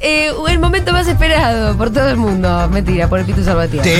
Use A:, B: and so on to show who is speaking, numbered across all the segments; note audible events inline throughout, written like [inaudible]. A: eh, adoptado por todo el mundo. Mentira, por el Pitu Salvatierra.
B: [laughs]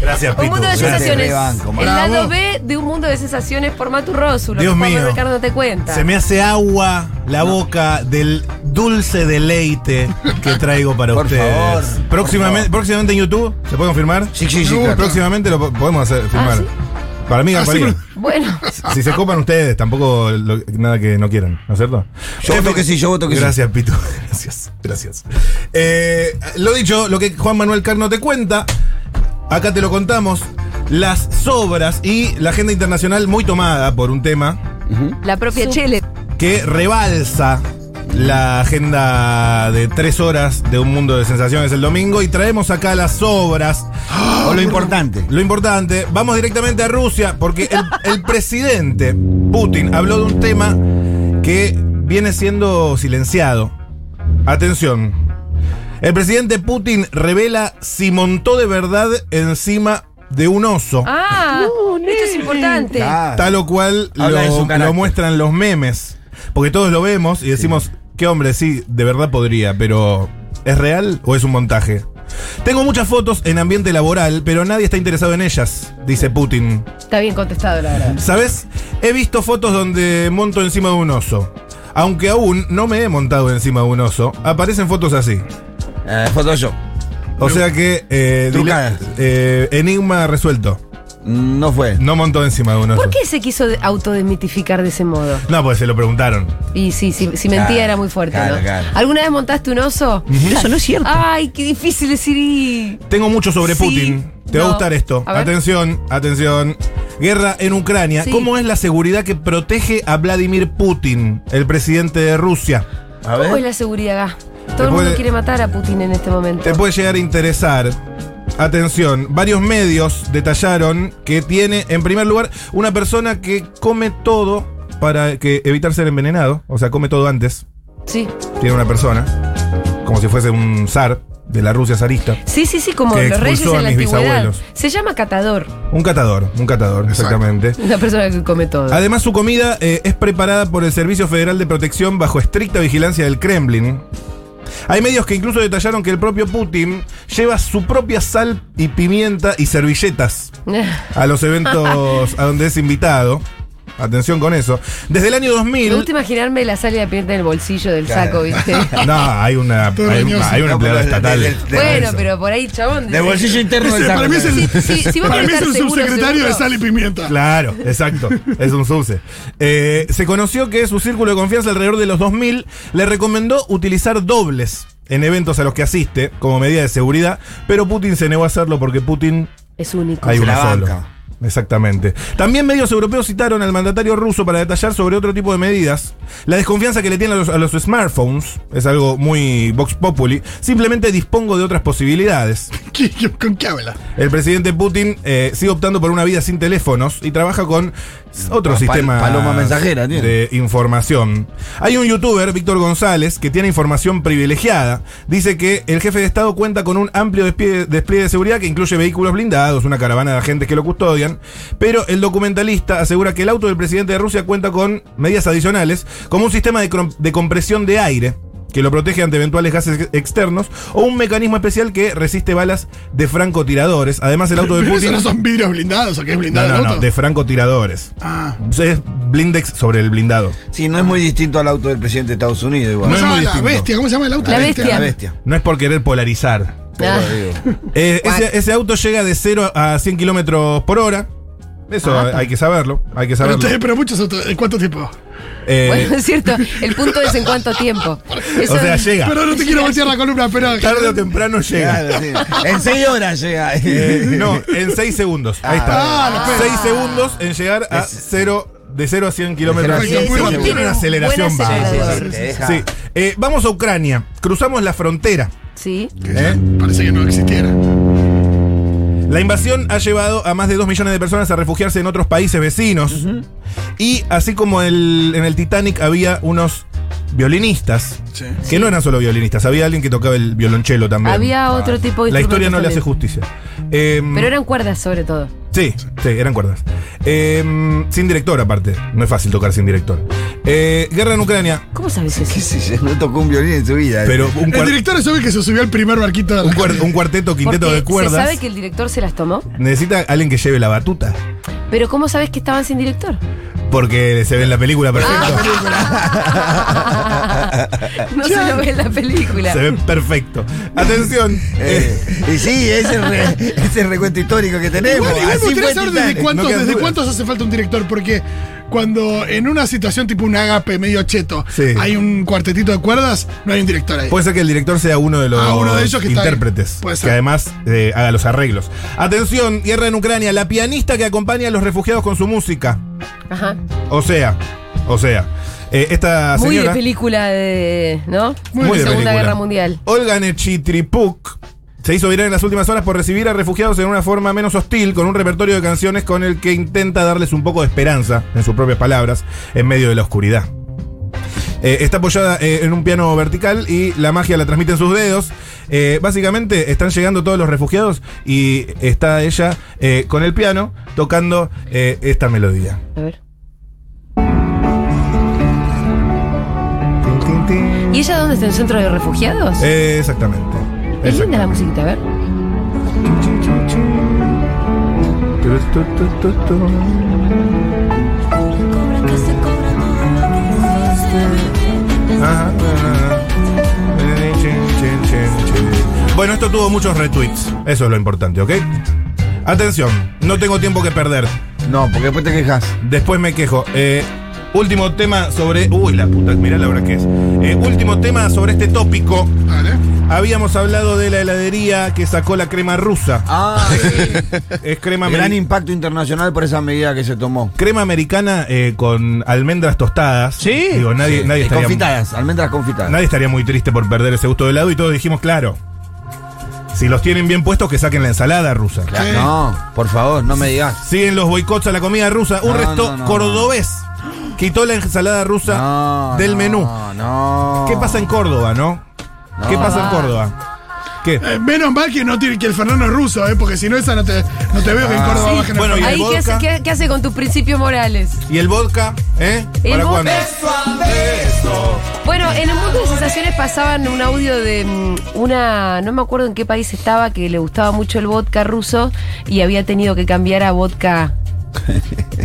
B: Sí.
C: Gracias,
A: Un
C: Pitu.
A: mundo de
B: Gracias,
A: sensaciones.
B: Rebanco.
A: el
B: Bravo.
A: lado B de un mundo de sensaciones por Matu Rosu, lo
C: Dios
A: que Juan
C: mío.
A: Ricardo no te cuenta.
C: Se me hace agua la boca del dulce deleite que traigo para
B: Por
C: ustedes.
B: favor,
C: próximamente,
B: por favor.
C: próximamente en YouTube, ¿se puede confirmar?
B: Sí, sí, sí,
C: Uh,
B: claro. Ah,
C: Próximamente lo po- podemos hacer filmar.
A: ¿sí?
C: Para mí, Gasparian.
A: Bueno,
C: Si se copan ustedes, tampoco lo- nada que no quieran, ¿no es cierto?
B: Yo
C: En
B: voto
C: fin,
B: que sí, yo voto que sí.
C: Gracias, Pitu. [laughs] Gracias, gracias. Eh, lo dicho, lo que Juan Manuel Carno te cuenta, acá te lo contamos. Las sobras y la agenda internacional muy tomada por un tema
A: la propia Chele.
C: que rebalsa la agenda de tres horas de un mundo de sensaciones el domingo y traemos acá las sobras.
B: O lo importante.
C: [laughs] Lo importante, vamos directamente a Rusia, porque el, el presidente Putin habló de un tema que viene siendo silenciado. Atención. El presidente Putin revela si montó de verdad encima de un oso.
A: Ah, esto es importante.
B: Claro.
C: Tal o cual lo,
B: Habla de su carácter.
C: lo muestran los memes. Porque todos lo vemos y decimos, qué hombre, sí, de verdad podría, pero ¿es real o es un montaje? Tengo muchas fotos en ambiente laboral, pero nadie está interesado en ellas, dice Putin.
A: Está bien contestado, la verdad.
C: ¿Sabes? He visto fotos donde monto encima de un oso. Aunque aún no me he montado encima de un oso, aparecen fotos así.
B: Eh, Photoshop.
C: O sea que, eh,
B: Trucadas.
C: dile- eh, enigma resuelto.
B: No fue.
C: No montó encima de un oso.
A: ¿Por qué se quiso de- autodesmitificar de ese modo?
C: No, pues se lo preguntaron.
A: Y sí, si, si mentía
B: Claro,
A: era muy fuerte,
B: claro,
A: ¿no?
B: claro.
A: ¿Alguna vez montaste un oso?
B: Eso no es cierto.
A: Ay, qué difícil decir. y-
C: Tengo mucho sobre
A: Sí,
C: Putin. Te va a
A: no.
C: gustar esto.
A: A ver.
C: Atención, atención. Guerra en Ucrania.
A: Sí.
C: ¿Cómo es la seguridad que protege a Vladimir Putin, el presidente de Rusia?
B: A
A: ¿Cómo es
B: ver.
A: la seguridad acá? Todo el mundo
C: puede-
A: quiere matar a Putin en este momento.
C: Te puede llegar a interesar. Atención, varios medios detallaron que tiene, en primer lugar, una persona que come todo para que evitar ser envenenado. O sea, come todo antes.
A: Sí.
C: Tiene una persona. Como si fuese un zar de la Rusia zarista.
A: Sí, sí, sí, como
C: Que
A: los reyes
C: expulsó a
A: en la
C: mis
A: antigüedad.
C: bisabuelos.
A: Se llama catador,
C: Un catador, un catador,
D: Exacto.
C: exactamente.
A: una persona que come todo. [laughs]
C: Además, su comida eh, es preparada por el Servicio Federal de Protección bajo estricta vigilancia del Kremlin. Hay medios que incluso detallaron que el propio Putin lleva su propia sal y pimienta y servilletas a
A: [laughs]
C: los eventos a donde es invitado. Atención con eso. Desde el año
A: Me
C: 2000...
A: gusta imaginarme la sal y la pimienta en el bolsillo del
B: Claro.
A: saco,
C: [laughs]
A: ¿viste?
C: No, hay una, hay,
D: Todo
C: un-
D: dañoso.
C: hay un
B: No,
C: empleado
B: pero de-
C: estatal.
B: de- de- de-
A: bueno,
B: eso.
A: pero por ahí, chabón.
B: Del bolsillo interno
D: Ese
B: del
D: para
B: saco.
D: mí es el,
A: Sí, sí, vos
D: para
A: querés
D: mí es
A: estar
D: el
A: seguro,
D: subsecretario
A: seguro.
D: de Sal y Pimienta.
C: Claro, exacto. Es un subse. Eh, se conoció que su círculo de confianza alrededor de los 2000 le recomendó utilizar dobles en eventos a los que asiste como medida de seguridad, pero Putin se negó a hacerlo porque Putin
A: Es único.
C: hay
B: Se
C: uno
B: la
C: solo.
B: banca.
C: Exactamente. También medios europeos citaron al mandatario ruso para detallar sobre otro tipo de medidas. La desconfianza que le tienen a los, a los smartphones es algo muy Vox Populi. Simplemente dispongo de otras posibilidades.
D: [laughs] ¿Qué- qué- ¿Con qué habla?
C: El presidente Putin eh, sigue optando por una vida sin teléfonos y trabaja con s- otro
B: Pa- pal-
C: sistema
B: paloma mensajera, tío.
C: de información. Hay un youtuber, Víctor González, que tiene información privilegiada. Dice que el jefe de Estado cuenta con un amplio despliegue, despliegue de seguridad que incluye vehículos blindados, una caravana de agentes que lo custodian. Pero el documentalista asegura que el auto del presidente de Rusia cuenta con medidas adicionales, como un sistema de, crom- de compresión de aire que lo protege ante eventuales gases ex- externos, o un mecanismo especial que resiste balas de francotiradores. Además, el auto de
D: Pero eso
C: Putin...
D: no son vidrios blindados, ¿o qué es
C: No,
D: blindado
C: no,
D: el
C: no,
D: auto?
C: de francotiradores.
D: Ah.
C: Es blindex sobre el blindado.
B: Sí, no es muy distinto al auto del presidente de Estados Unidos igual.
D: ¿Cómo
C: No es
D: se llama
C: muy
D: la
C: distinto.
D: bestia? ¿Cómo se llama el auto?
A: La
B: La
A: bestia.
B: bestia.
C: No es por querer polarizar.
B: Pero
A: Ah.
B: digo,
C: Eh, ese, ese auto llega de 0 a 100 kilómetros por hora. Eso
A: Ah,
C: hay- hay que saberlo. Hay que
D: Pero,
C: saberlo.
D: ustedes- pero muchos autos. ¿En cuánto tiempo?
C: Eh,
A: Bueno, es cierto. El punto es en cuánto tiempo. Eso
C: [laughs] o sea,
A: es-
C: llega.
D: Pero no te quiero voltear la columna, pero.
C: Tarde o temprano llega.
B: claro, sí. En seis horas llega.
C: Eh, no, en 6 segundos. Ahí está.
D: Ah, la
C: 6 segundos en llegar a 0. De 0 a 100 kilómetros.
B: a 100
C: Tiene una
B: kilómetros.
C: aceleración
A: Buen
C: baja.
A: acelerador.
B: Sí, sí, sí, te deja.
C: Sí. Eh, vamos a Ucrania. Cruzamos la frontera.
A: Sí.
C: ¿eh?
D: Parece que no existiera.
C: La invasión ha llevado a más de 2 millones de personas a refugiarse en otros países vecinos. Y así como el- en el Titanic había unos violinistas,
D: Sí.
C: que no eran solo violinistas, había alguien que tocaba el violonchelo también.
A: Había otro tipo de
C: Ah, La historia no le hace
A: instrumentos
C: justicia. Eh,
A: también. Pero eran cuerdas sobre todo.
C: Sí, sí, eran cuerdas. Eh, sin director, aparte. No es fácil tocar sin director. Eh, guerra en Ucrania.
A: ¿Cómo sabes
B: [laughs] ¿Qué
A: eso?
B: sé yo? No tocó un violín en su vida.
C: Pero un,
D: El
C: cuar-
D: director es obvio que se subió al primer barquito de
C: un
D: la
C: cuar- un cuarteto, quinteto
A: Porque
C: de
A: Se
C: cuerdas.
A: sabe que el director se las tomó,
C: Necesita alguien que lleve la batuta.
A: pero ¿cómo sabes que estaban sin director?
C: Porque se ve en la
A: Ah.
C: película perfecto.
A: No se lo ve en la película.
C: Se ve perfecto.
D: [laughs]
C: Atención. eh,
B: [laughs] Eh, y sí, es el, re- [laughs] es el recuento histórico que tenemos.
D: Bueno, igual me
B: Así
D: gustaría
B: fue
D: saber
B: Titanic.
D: desde cuántos,
C: no queda
D: desde
C: duda.
D: cuántos hace falta un director, porque cuando en una situación tipo un agape medio cheto
C: Sí. Pues,
D: hay un cuartetito de cuerdas, no hay un director ahí.
C: eh, Puede ser que el director sea uno de los
D: Ah, uno de ellos que está ahí.
C: intérpretes,
D: Puede ser.
C: que además eh, haga los arreglos. Atención, guerra en Ucrania, la pianista que acompaña a los refugiados con su música.
A: Ajá.
C: O sea, o sea, eh, esta
A: Muy de
C: señora,
A: película de. ¿No?
D: Muy
A: de
D: de
A: Segunda
C: película.
A: Guerra Mundial.
C: Olga Nechitripuk, se hizo viral en las últimas horas por recibir a refugiados en una forma menos hostil, con un repertorio de canciones con el que intenta darles un poco de esperanza, en sus propias palabras, en medio de la oscuridad. Eh, está apoyada eh, en un piano vertical y la magia la transmiten sus dedos. Eh, básicamente están llegando todos los refugiados y está ella eh, con el piano tocando eh, esta melodía.
A: A ver.
C: Tin, tin, tin.
A: ¿Y ella dónde está? ¿En el centro de refugiados?
C: Eh, exactamente.
A: es linda la musiquita, a ver.
C: Ajá. Bueno, esto tuvo muchos retweets. Eso es lo importante, ¿ok? Atención, no tengo tiempo que perder.
B: No, porque después te quejas.
C: Después me quejo. Eh, último tema sobre. Uy, la puta, mirá la hora que es. Eh, último tema sobre este tópico.
D: Vale.
C: Habíamos hablado de la heladería que sacó la crema rusa.
B: [laughs]
C: Es crema
B: Gran
C: ameri-
B: impacto internacional por esa medida que se tomó.
C: crema americana eh, con almendras tostadas.
B: Sí.
C: Digo, nadie,
B: Sí.
C: nadie
B: Y
C: estaría.
B: Confitadas, almendras confitadas.
C: Nadie estaría muy triste por perder ese gusto de helado y todos dijimos, claro. Si los tienen bien puestos, que saquen la ensalada rusa.
B: Claro,
D: Sí.
B: No, por favor, no me digas.
C: Siguen los boicots a la comida rusa. Un
B: No,
C: resto
B: no, no,
C: cordobés quitó la ensalada rusa
B: No,
C: del
B: no,
C: menú.
B: No.
C: ¿Qué pasa en Córdoba, no?
B: No.
C: ¿Qué pasa en Córdoba? ¿Qué?
D: Eh, menos mal que no tiene que el Fernando es ruso, eh, porque si no esa no te, no te veo que en Córdoba
C: Sí.
D: bajen el
C: Bueno,
D: Fernando.
C: el
A: Ahí, ¿qué hace,
C: vodka?
A: qué- qué hace con tus principios morales?
C: ¿Y el vodka? ¿Eh?
A: El
C: ¿Para
A: vodka-
C: cuándo?
A: Bueno, en el mundo de sensaciones pasaban un audio de mm, una, no me acuerdo en qué país estaba, que le gustaba mucho el vodka ruso y había tenido que cambiar a vodka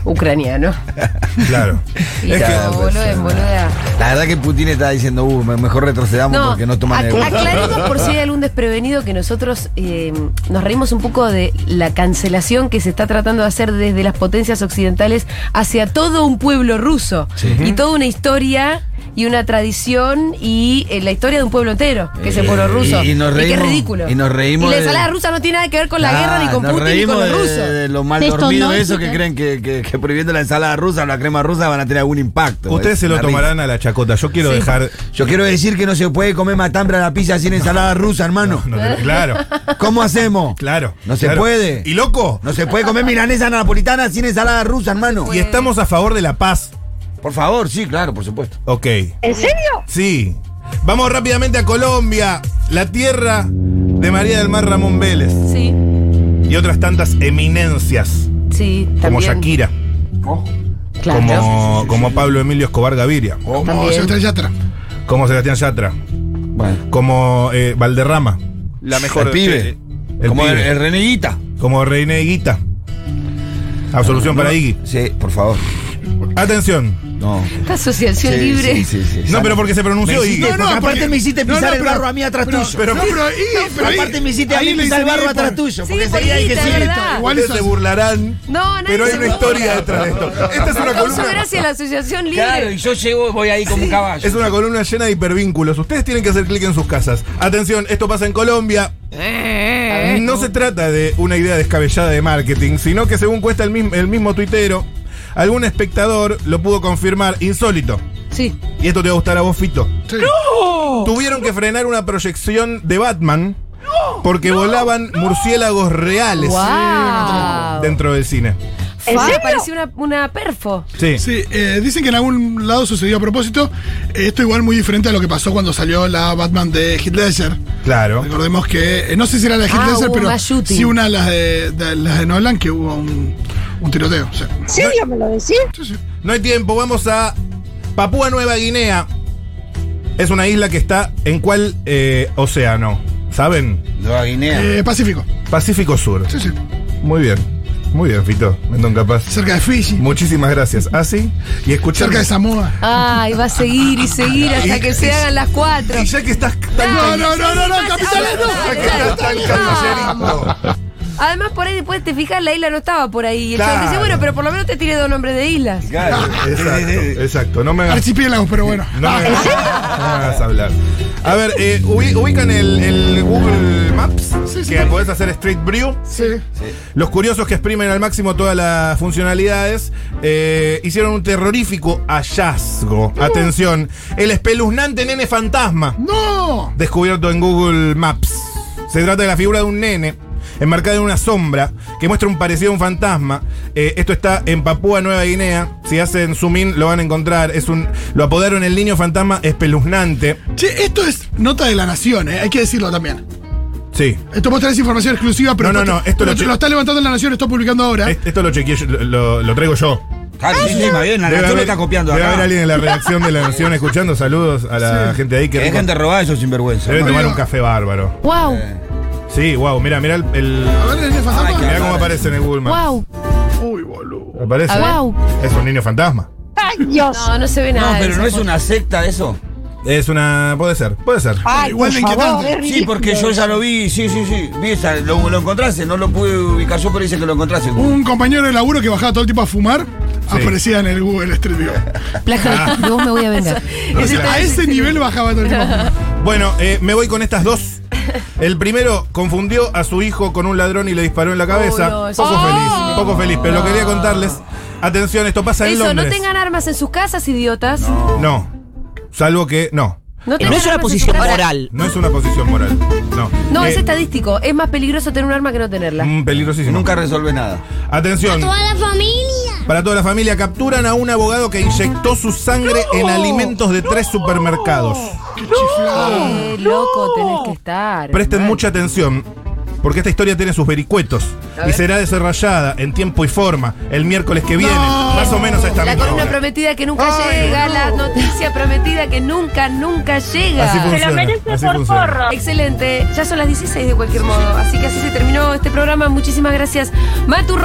A: ucraniano.
B: [laughs]
C: Claro.
A: Y
C: Es que-
A: no, boludo,
B: persona.
A: boluda.
B: La verdad que Putin está diciendo, uh, me- mejor retrocedamos
A: No,
B: porque no toman
A: ac-
B: el gusto.
A: aclaremos por
B: [laughs]
A: si hay algún desprevenido que nosotros eh, nos reímos un poco de la cancelación que se está tratando de hacer desde las potencias occidentales hacia todo un pueblo ruso y toda una historia y una tradición y eh, la historia de un pueblo entero, que es el
B: Eh,
A: pueblo ruso.
B: y- y nos
A: que es
B: reímos-
A: ridículo.
B: y nos reímos
A: Y la
B: de-
A: ensalada rusa no tiene nada que ver con la
B: Ah,
A: guerra ni con
B: nos
A: Putin ni con los
B: reímos de-
A: rusos.
B: De, lo mal
E: De estos
B: dormido
E: no,
B: eso que
E: ¿sí?
B: creen que, que- que prohibiendo la ensalada rusa o la crema rusa van a tener algún impacto.
C: Ustedes
B: Es
C: se lo
B: una risa.
C: tomarán a la chacota. Yo quiero dejar.
B: Yo quiero decir que no se puede comer matambra a la pizza sin ensalada rusa, hermano.
C: No te- claro,
B: ¿Cómo hacemos?
C: claro.
B: [laughs] No se
C: claro.
B: puede.
C: ¿Y loco?
B: No se puede comer milanesa napolitana sin ensalada rusa, hermano.
C: Y estamos a favor de la paz.
B: Por favor, sí, claro, por supuesto.
C: Ok. ¿En serio? Sí. Vamos rápidamente a Colombia, la tierra de María del Mar Ramón Vélez
A: Sí,
C: y otras tantas eminencias
A: sí,
C: como
A: también.
C: Shakira,
A: Claro.
C: como, como Pablo Emilio Escobar Gaviria,
D: Como
A: También.
D: Sebastián Yatra.
C: como Sebastián Yatra,
B: Bueno.
C: como eh, Valderrama,
B: La mejor. El pibe.
C: eh, el
B: como
C: pibe.
B: el, el reneguita.
C: como Reine Guita. Absolución para Iggy.
B: Sí, por favor.
C: Atención.
B: No.
A: Esta asociación
B: Sí,
A: libre.
B: sí, sí, sí.
C: No, pero porque se
B: Me
C: pronunció
B: hiciste-
C: Iggy.
B: porque aparte me hiciste pisar el barro a mí atrás
D: pero-
B: tuyo.
D: Pero, no, pero, ahí- pero ahí-
B: Aparte me hiciste a
D: ahí
B: mí
D: le
B: pisar el
D: hice
B: barro
D: bien
B: atrás
D: por-
B: tuyo.
A: Sí,
B: Porque
A: porque
B: enseguida dije
A: dijiste,
B: sí.
A: ¿verdad? Ah,
D: Igual
C: Ustedes se
D: esas-
C: burlarán.
A: No, nadie
C: Pero hay
A: se
C: una
A: burla.
C: historia detrás de esto. Esta es una
A: Causó
C: columna.
A: gracia la asociación libre.
B: Claro, y yo llego, voy ahí como un caballo.
C: Es una columna llena de hipervínculos. Ustedes tienen que hacer clic en sus casas. Atención, esto pasa en Colombia.
A: Eh,
C: No se trata de una idea descabellada de marketing, sino que según cuesta el mismo, el mismo tuitero, algún espectador lo pudo confirmar insólito.
A: Sí.
C: Y esto te va a gustar a vos, Fito.
D: Sí.
C: Tuvieron que frenar una proyección de Batman porque volaban murciélagos reales
A: Guau.
C: dentro del cine.
A: ¿En
E: serio?
A: Parecía Ah, una, una perfo.
C: Sí.
D: Sí, eh, dicen que en algún lado sucedió a propósito. Eh, Esto igual muy diferente a lo que pasó cuando salió la Batman de Heath Ledger.
C: Claro.
D: Recordemos que, eh, no sé si era la de Heath
A: Ah,
D: Ledger,
A: hubo
D: pero
A: más shooting.
D: sí una de las de, de- las de Nolan que hubo un, un tiroteo. sí.
E: ¿En serio me lo decís?
D: Sí, sí.
C: No hay tiempo, vamos a Papúa Nueva Guinea. Es una isla que está en cuál eh, océano, ¿saben?
B: Nueva Guinea.
D: Eh, Pacífico.
C: Pacífico Sur.
D: Sí, sí.
C: Muy bien, muy bien, Fito. Mendón Capaz.
D: Cerca de Fiji,
C: Muchísimas gracias. Así y escuchar.
D: cerca de Samoa.
A: Ay, va a seguir y seguir hasta que se hagan las cuatro.
C: Y ya que estás tan.
A: Dale,
D: no, no, no, no,
A: sí,
D: capitales
A: sí,
D: no.
A: dale,
C: ya que
A: dale,
C: estás tan
A: dale.
C: cancerístico.
A: Además, por ahí después te fijas, la isla no estaba por ahí. Y el
C: Claro.
A: chabón dice, bueno, pero por lo menos te tiré dos nombres de islas.
B: Claro.
C: Exacto, exacto. No me hagas,
D: Archipiélagos, pero bueno.
C: Ah. no me
D: Ah,
C: hagas- no me hagas hablar. A ver, eh, ubi- ubican el, el Google Maps,
D: Sí, sí.
C: que podés hacer Street View.
D: sí.
C: Los curiosos que exprimen al máximo todas las funcionalidades eh, hicieron un terrorífico hallazgo. Atención, el espeluznante nene fantasma
D: ¡No!
C: descubierto en Google Maps. Se trata de la figura de un nene enmarcada en una sombra que muestra un parecido a un fantasma. Eh, esto está en Papúa Nueva Guinea. Si hacen zoom in lo van a encontrar. Es un lo apodaron el niño fantasma espeluznante.
D: Che, esto es nota de la nación, eh, hay que decirlo también.
C: Sí.
D: Esto vos tenés información exclusiva, pero
C: No, no, no, esto
D: pero
C: lo-
D: lo, está levantando la nación, lo está publicando ahora.
C: Es- Esto lo chequeé, yo- lo, lo traigo yo.
B: Claro, sí, sí, más bien, la
C: Debe
B: nación lo
C: haber-
B: está copiando
C: debe haber
B: acá.
C: alguien en la redacción
B: [laughs]
C: de la Nación escuchando. Saludos a la gente ahí que
B: Que dejen de robar esos sinvergüenzas.
C: debe tomar
D: Amigo.
C: un café bárbaro.
A: Wow,
C: Sí, wow, mira, mira el, el-
D: A ver, ¿es fantasma?
B: Ay,
C: mirá cómo aparece en el Google Maps.
A: wow.
D: Uy, boludo.
C: Aparece. ¿eh?
A: A ver.
C: Es un niño fantasma.
E: ¡Ay, Dios!
A: No, no se ve nada.
B: No,
A: de
B: pero
A: esa
B: no es
A: foto.
B: una secta eso.
C: Es una. Puede ser, puede ser.
B: Ah.
E: ¡Ay,
D: Igual de
E: por favor,
D: inquietante.
E: es
B: Sí, porque yo
E: ridículo.
B: ya lo vi, sí, sí, sí. Vi esa, lo, lo encontraste, no lo pude ubicar yo, pero dice que lo encontraste.
D: Un compañero de laburo que bajaba todo el tiempo a fumar
C: Sí.
D: aparecía en el Google Street View.
A: Placa, de vos me voy a vengar.
D: Ese-
C: claro.
D: a ese nivel bajaba todo el tiempo. a fumar.
C: Bueno, eh, me voy con estas dos. El primero confundió a su hijo con un ladrón y le disparó en la cabeza.
A: Oh, no, eso
C: poco
A: es
C: feliz,
A: horrible.
C: poco feliz, pero lo quería contarles. Atención, esto pasa en
A: Eso, no
C: Londres.
A: tengan armas en sus casas, idiotas.
C: No, salvo que no.
A: No, tengan
F: No es una
A: armas en
F: posición
A: sus casas.
F: moral.
C: No es una posición moral. No.
A: No,
C: Eh,
A: es estadístico. Es más peligroso tener un arma que no tenerla.
C: mm, Peligrosísimo.
B: Nunca resolvé nada.
C: Atención.
G: la familia.
C: Para toda la familia, capturan a un abogado que inyectó su sangre en alimentos de tres supermercados.
A: Qué loco tenés que estar.
C: Presten
A: hermano.
C: mucha atención, porque esta historia tiene sus vericuetos y será desarrollada en tiempo y forma el miércoles que viene, más o menos a esta
A: La
C: misma
A: columna
C: hora.
A: prometida que nunca
D: Ay,
A: llega,
D: no.
A: la noticia prometida que nunca, nunca llega.
C: Así funciona, así funciona.
A: Excelente, ya son las 16 de cualquier modo, así que así se terminó este programa. Muchísimas gracias, Matu